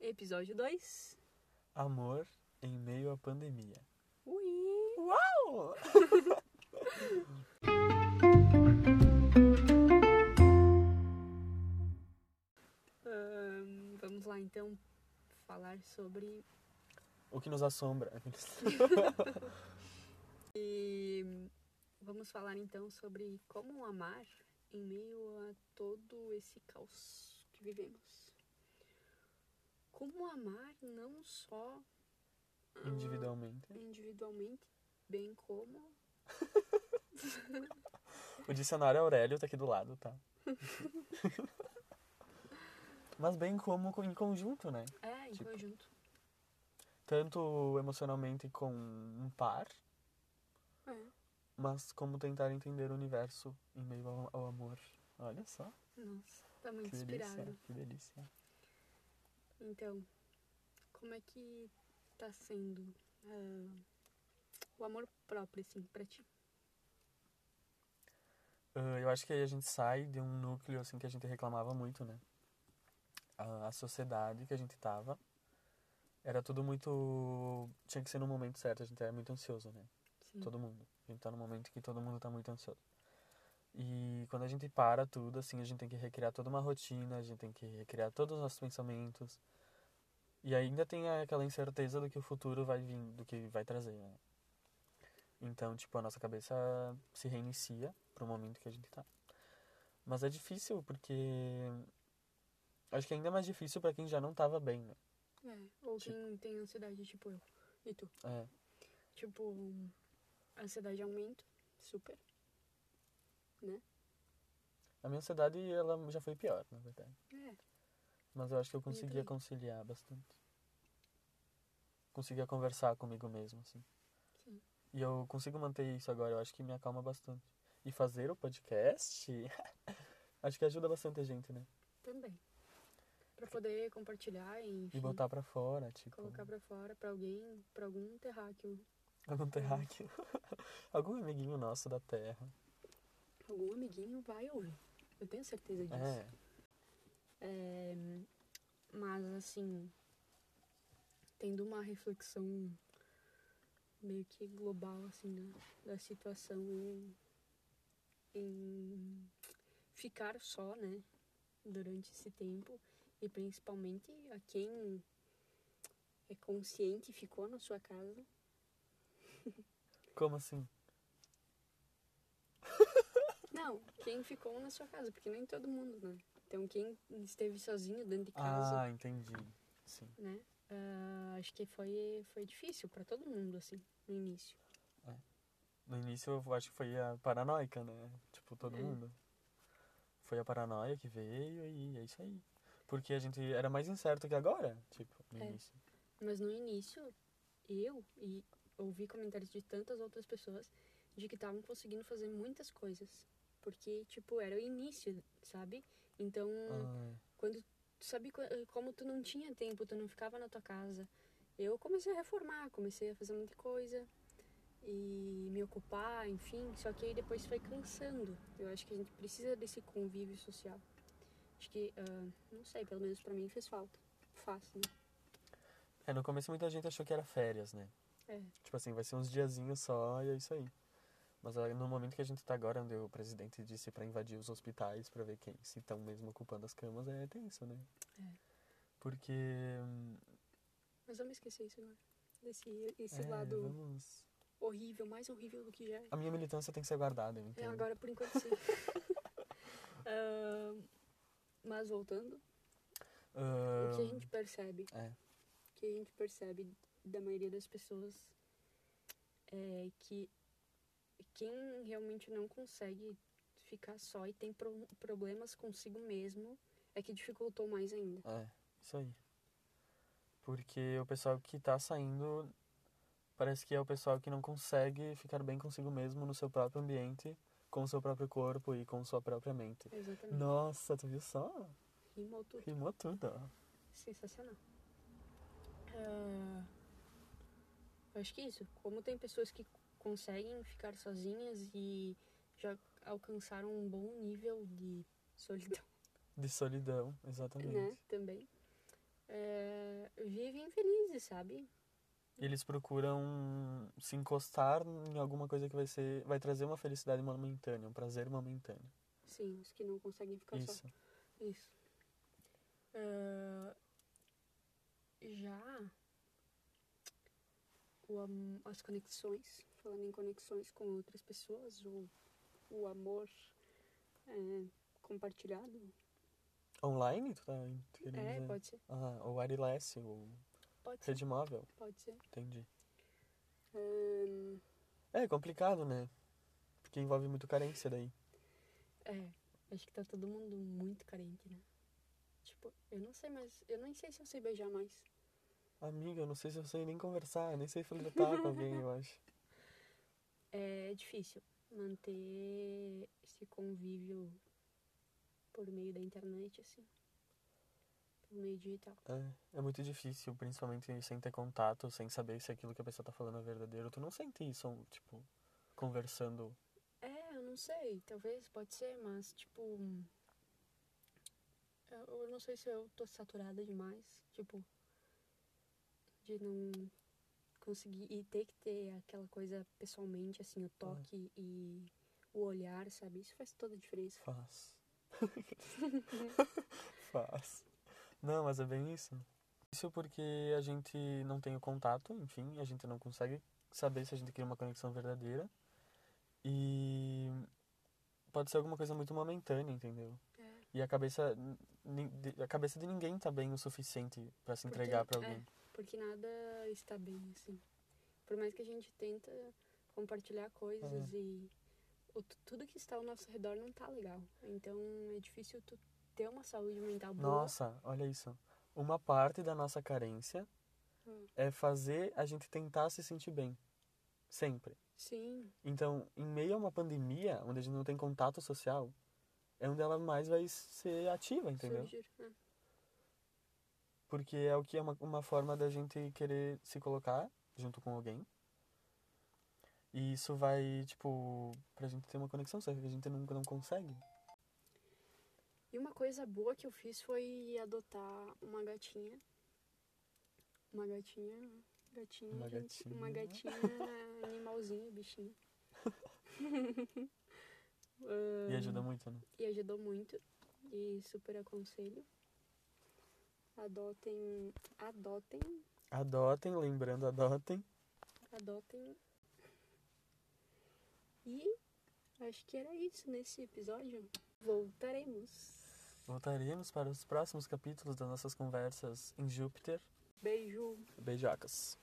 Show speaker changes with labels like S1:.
S1: Episódio 2.
S2: Amor em meio à pandemia.
S1: Ui!
S2: Uau!
S1: Ahn, vamos lá então falar sobre.
S2: O que nos assombra.
S1: E vamos falar então sobre como amar em meio a todo esse caos que vivemos. Como amar não só ah,
S2: Individualmente.
S1: individualmente, bem como
S2: O dicionário Aurélio tá aqui do lado, tá? Mas bem como co- em conjunto, né?
S1: é em
S2: Tipo.
S1: conjunto.
S2: Tanto emocionalmente com um par,
S1: É.
S2: mas como tentar entender o universo em meio ao, ao amor. Olha só,
S1: Nossa, tá
S2: que
S1: muito inspirado.
S2: delícia, que delícia.
S1: Então, como é que tá sendo ah, o amor próprio, assim, pra ti?
S2: Ah, eu acho que aí a gente sai de um núcleo assim que a gente reclamava muito, né? A, a sociedade que a gente tava era tudo muito. Tinha que ser no momento certo, a gente era muito ansioso, né?
S1: Sim.
S2: Todo mundo. A gente tá num momento que todo mundo tá muito ansioso. E quando a gente para tudo, assim, a gente tem que recriar toda uma rotina, a gente tem que recriar todos os nossos pensamentos. E ainda tem aquela incerteza do que o futuro vai vir, do que vai trazer, né? Então, tipo, a nossa cabeça se reinicia pro momento que a gente tá. Mas é difícil porque acho que é ainda mais difícil pra quem já não tava bem, né?
S1: É, ou
S2: Tipo-
S1: quem tem ansiedade, tipo eu. E tu?
S2: É.
S1: Tipo, a ansiedade aumenta, super.
S2: A minha ansiedade, ela já foi pior, na verdade.
S1: É,
S2: Mas eu acho que eu
S1: Minha também.
S2: conseguia conciliar bastante. Conseguia conversar comigo mesmo, assim.
S1: Sim.
S2: E eu consigo manter isso agora, eu acho que me acalma bastante. E fazer o podcast, acho que ajuda bastante a gente, né?
S1: também. Pra poder compartilhar, enfim.
S2: E botar pra fora, tipo,
S1: Colocar pra fora, pra alguém, pra algum terráqueo.
S2: algum terráqueo. Algum amiguinho nosso da Terra.
S1: Algum amiguinho vai ouvir. Eu tenho certeza disso.
S2: É,
S1: É, mas assim, tendo uma reflexão meio que global assim né, da situação em, em ficar só, né, durante esse tempo e principalmente a quem é consciente e ficou na sua casa.
S2: como assim?
S1: Não, quem ficou na sua casa, porque nem todo mundo, né? Então quem esteve sozinho dentro de casa
S2: Ah, entendi. Sim.
S1: né? Ah, acho que foi, foi difícil pra todo mundo, assim, no início.
S2: No início eu acho que foi a paranoica, né? Tipo, todo
S1: É.
S2: mundo. Foi a paranoia que veio e é isso aí. Porque a gente era mais incerto que agora, tipo, no
S1: É.
S2: início.
S1: Mas no início, eu e ouvi comentários de tantas outras pessoas de que estavam conseguindo fazer muitas coisas. Porque, tipo, era o início, sabe? Então,
S2: Ah,
S1: quando tu sabe co- como tu não tinha tempo, tu não ficava na tua casa. Eu comecei a reformar, comecei a fazer muita coisa e me ocupar, enfim, só que aí depois foi cansando. Eu acho que a gente precisa desse convívio social. Acho que, ah, não sei, pelo menos pra mim fez falta. Faz, né?
S2: é, no começo muita gente achou que era férias, né?
S1: É.
S2: Tipo assim, vai ser uns diazinhos só e é isso aí. Mas ah, no momento que a gente tá agora, onde o presidente disse pra invadir os hospitais pra ver quem se estão mesmo ocupando as camas, é tenso, né?
S1: É.
S2: Porque. hum,
S1: Mas eu me esqueci isso agora. Desse esse
S2: é,
S1: lado
S2: vamos-
S1: horrível, mais horrível do que já é.
S2: A minha militância tem que ser guardada, eu
S1: É,
S2: entendo.
S1: agora por enquanto sim. Ah, mas voltando,
S2: Ah,
S1: O que a
S2: Ahn,
S1: gente percebe,
S2: é.
S1: o que a gente percebe da maioria das pessoas é que quem realmente não consegue ficar só e tem pro- problemas consigo mesmo é que dificultou mais ainda.
S2: É, isso aí. Porque o pessoal que tá saindo parece que é o pessoal que não consegue ficar bem consigo mesmo no seu próprio ambiente, com o seu próprio corpo e com sua própria mente.
S1: Exatamente.
S2: Nossa, tu viu só?
S1: Rimou tudo.
S2: Rimou tudo, ó.
S1: Sensacional. Ah, eu acho que é isso. Como tem pessoas que conseguem ficar sozinhas e já alcançaram um bom nível de solidão.
S2: De solidão,
S1: né?
S2: exatamente.
S1: Também. É, vivem infelizes, sabe?
S2: Eles procuram se encostar em alguma coisa que vai ser, vai trazer uma felicidade momentânea, um prazer momentâneo.
S1: Sim, os que não conseguem ficar só.
S2: Isso.
S1: Isso. Ah, já o am- as conexões, falando em conexões com outras pessoas, o, o amor é, compartilhado.
S2: Online, tu tá querendo
S1: é,
S2: dizer?
S1: pode ser.
S2: Ah, o wireless, o
S1: Pode ser.
S2: rede móvel,
S1: Pode ser. Ah,
S2: entendi.
S1: Ahn,
S2: É complicado, né? Porque envolve muito carência daí.
S1: É, acho que tá todo mundo muito carente, né? Tipo, eu não sei mais, eu nem sei se eu sei beijar mais.
S2: Amiga, eu não sei se eu sei nem conversar, nem sei flertar com alguém, eu acho.
S1: É difícil manter esse convívio por meio da internet, assim. Por meio digital.
S2: É, é muito difícil, principalmente sem ter contato, sem saber se aquilo que a pessoa tá falando é verdadeiro. Tu não sente isso, tipo, conversando.
S1: É, eu não sei, talvez, pode ser, mas tipo. hum, Eu eu não sei se eu tô saturada demais, tipo. De não conseguir. E ter que ter aquela coisa pessoalmente, assim, o toque e o olhar, sabe? Isso faz toda a diferença.
S2: Faz. Faz. Não, mas é bem isso. Isso porque a gente não tem o contato, enfim, a gente não consegue saber se a gente cria uma conexão verdadeira. E pode ser alguma coisa muito momentânea, entendeu?
S1: É,
S2: E a cabeça, ni- de- a cabeça de ninguém tá bem o suficiente pra se
S1: Porque-
S2: entregar pra
S1: é.
S2: alguém.
S1: porque nada está bem, assim. Por mais que a gente tenta compartilhar coisas e. o tu- tudo que está ao nosso redor não tá legal. Então é difícil tu ter uma saúde mental boa.
S2: Nossa, olha isso. Uma parte da nossa carência
S1: Hum.
S2: é fazer a gente tentar se sentir bem. Sempre.
S1: Sim.
S2: Então, em meio a uma pandemia, onde a gente não tem contato social, é onde ela mais vai ser ativa, entendeu?
S1: Surgir, né?
S2: Porque é o que é uma, uma forma da gente querer se colocar junto com alguém. E isso vai, tipo, pra gente ter uma conexão, só que a gente nunca não consegue.
S1: E uma coisa boa que eu fiz foi adotar uma gatinha. Uma gatinha. Gatinha.
S2: Uma
S1: gente,
S2: gatinha. né?
S1: Uma gatinha animalzinho, bichinho. Ahn, Hum.
S2: E ajuda muito, né?
S1: e ajudou muito. E super aconselho. Adotem. Adotem.
S2: Adotem, lembrando, adotem.
S1: Adotem. E acho que era isso nesse episódio. Voltaremos.
S2: Voltaremos para os próximos capítulos das nossas conversas em Júpiter.
S1: Beijo.
S2: Beijocas.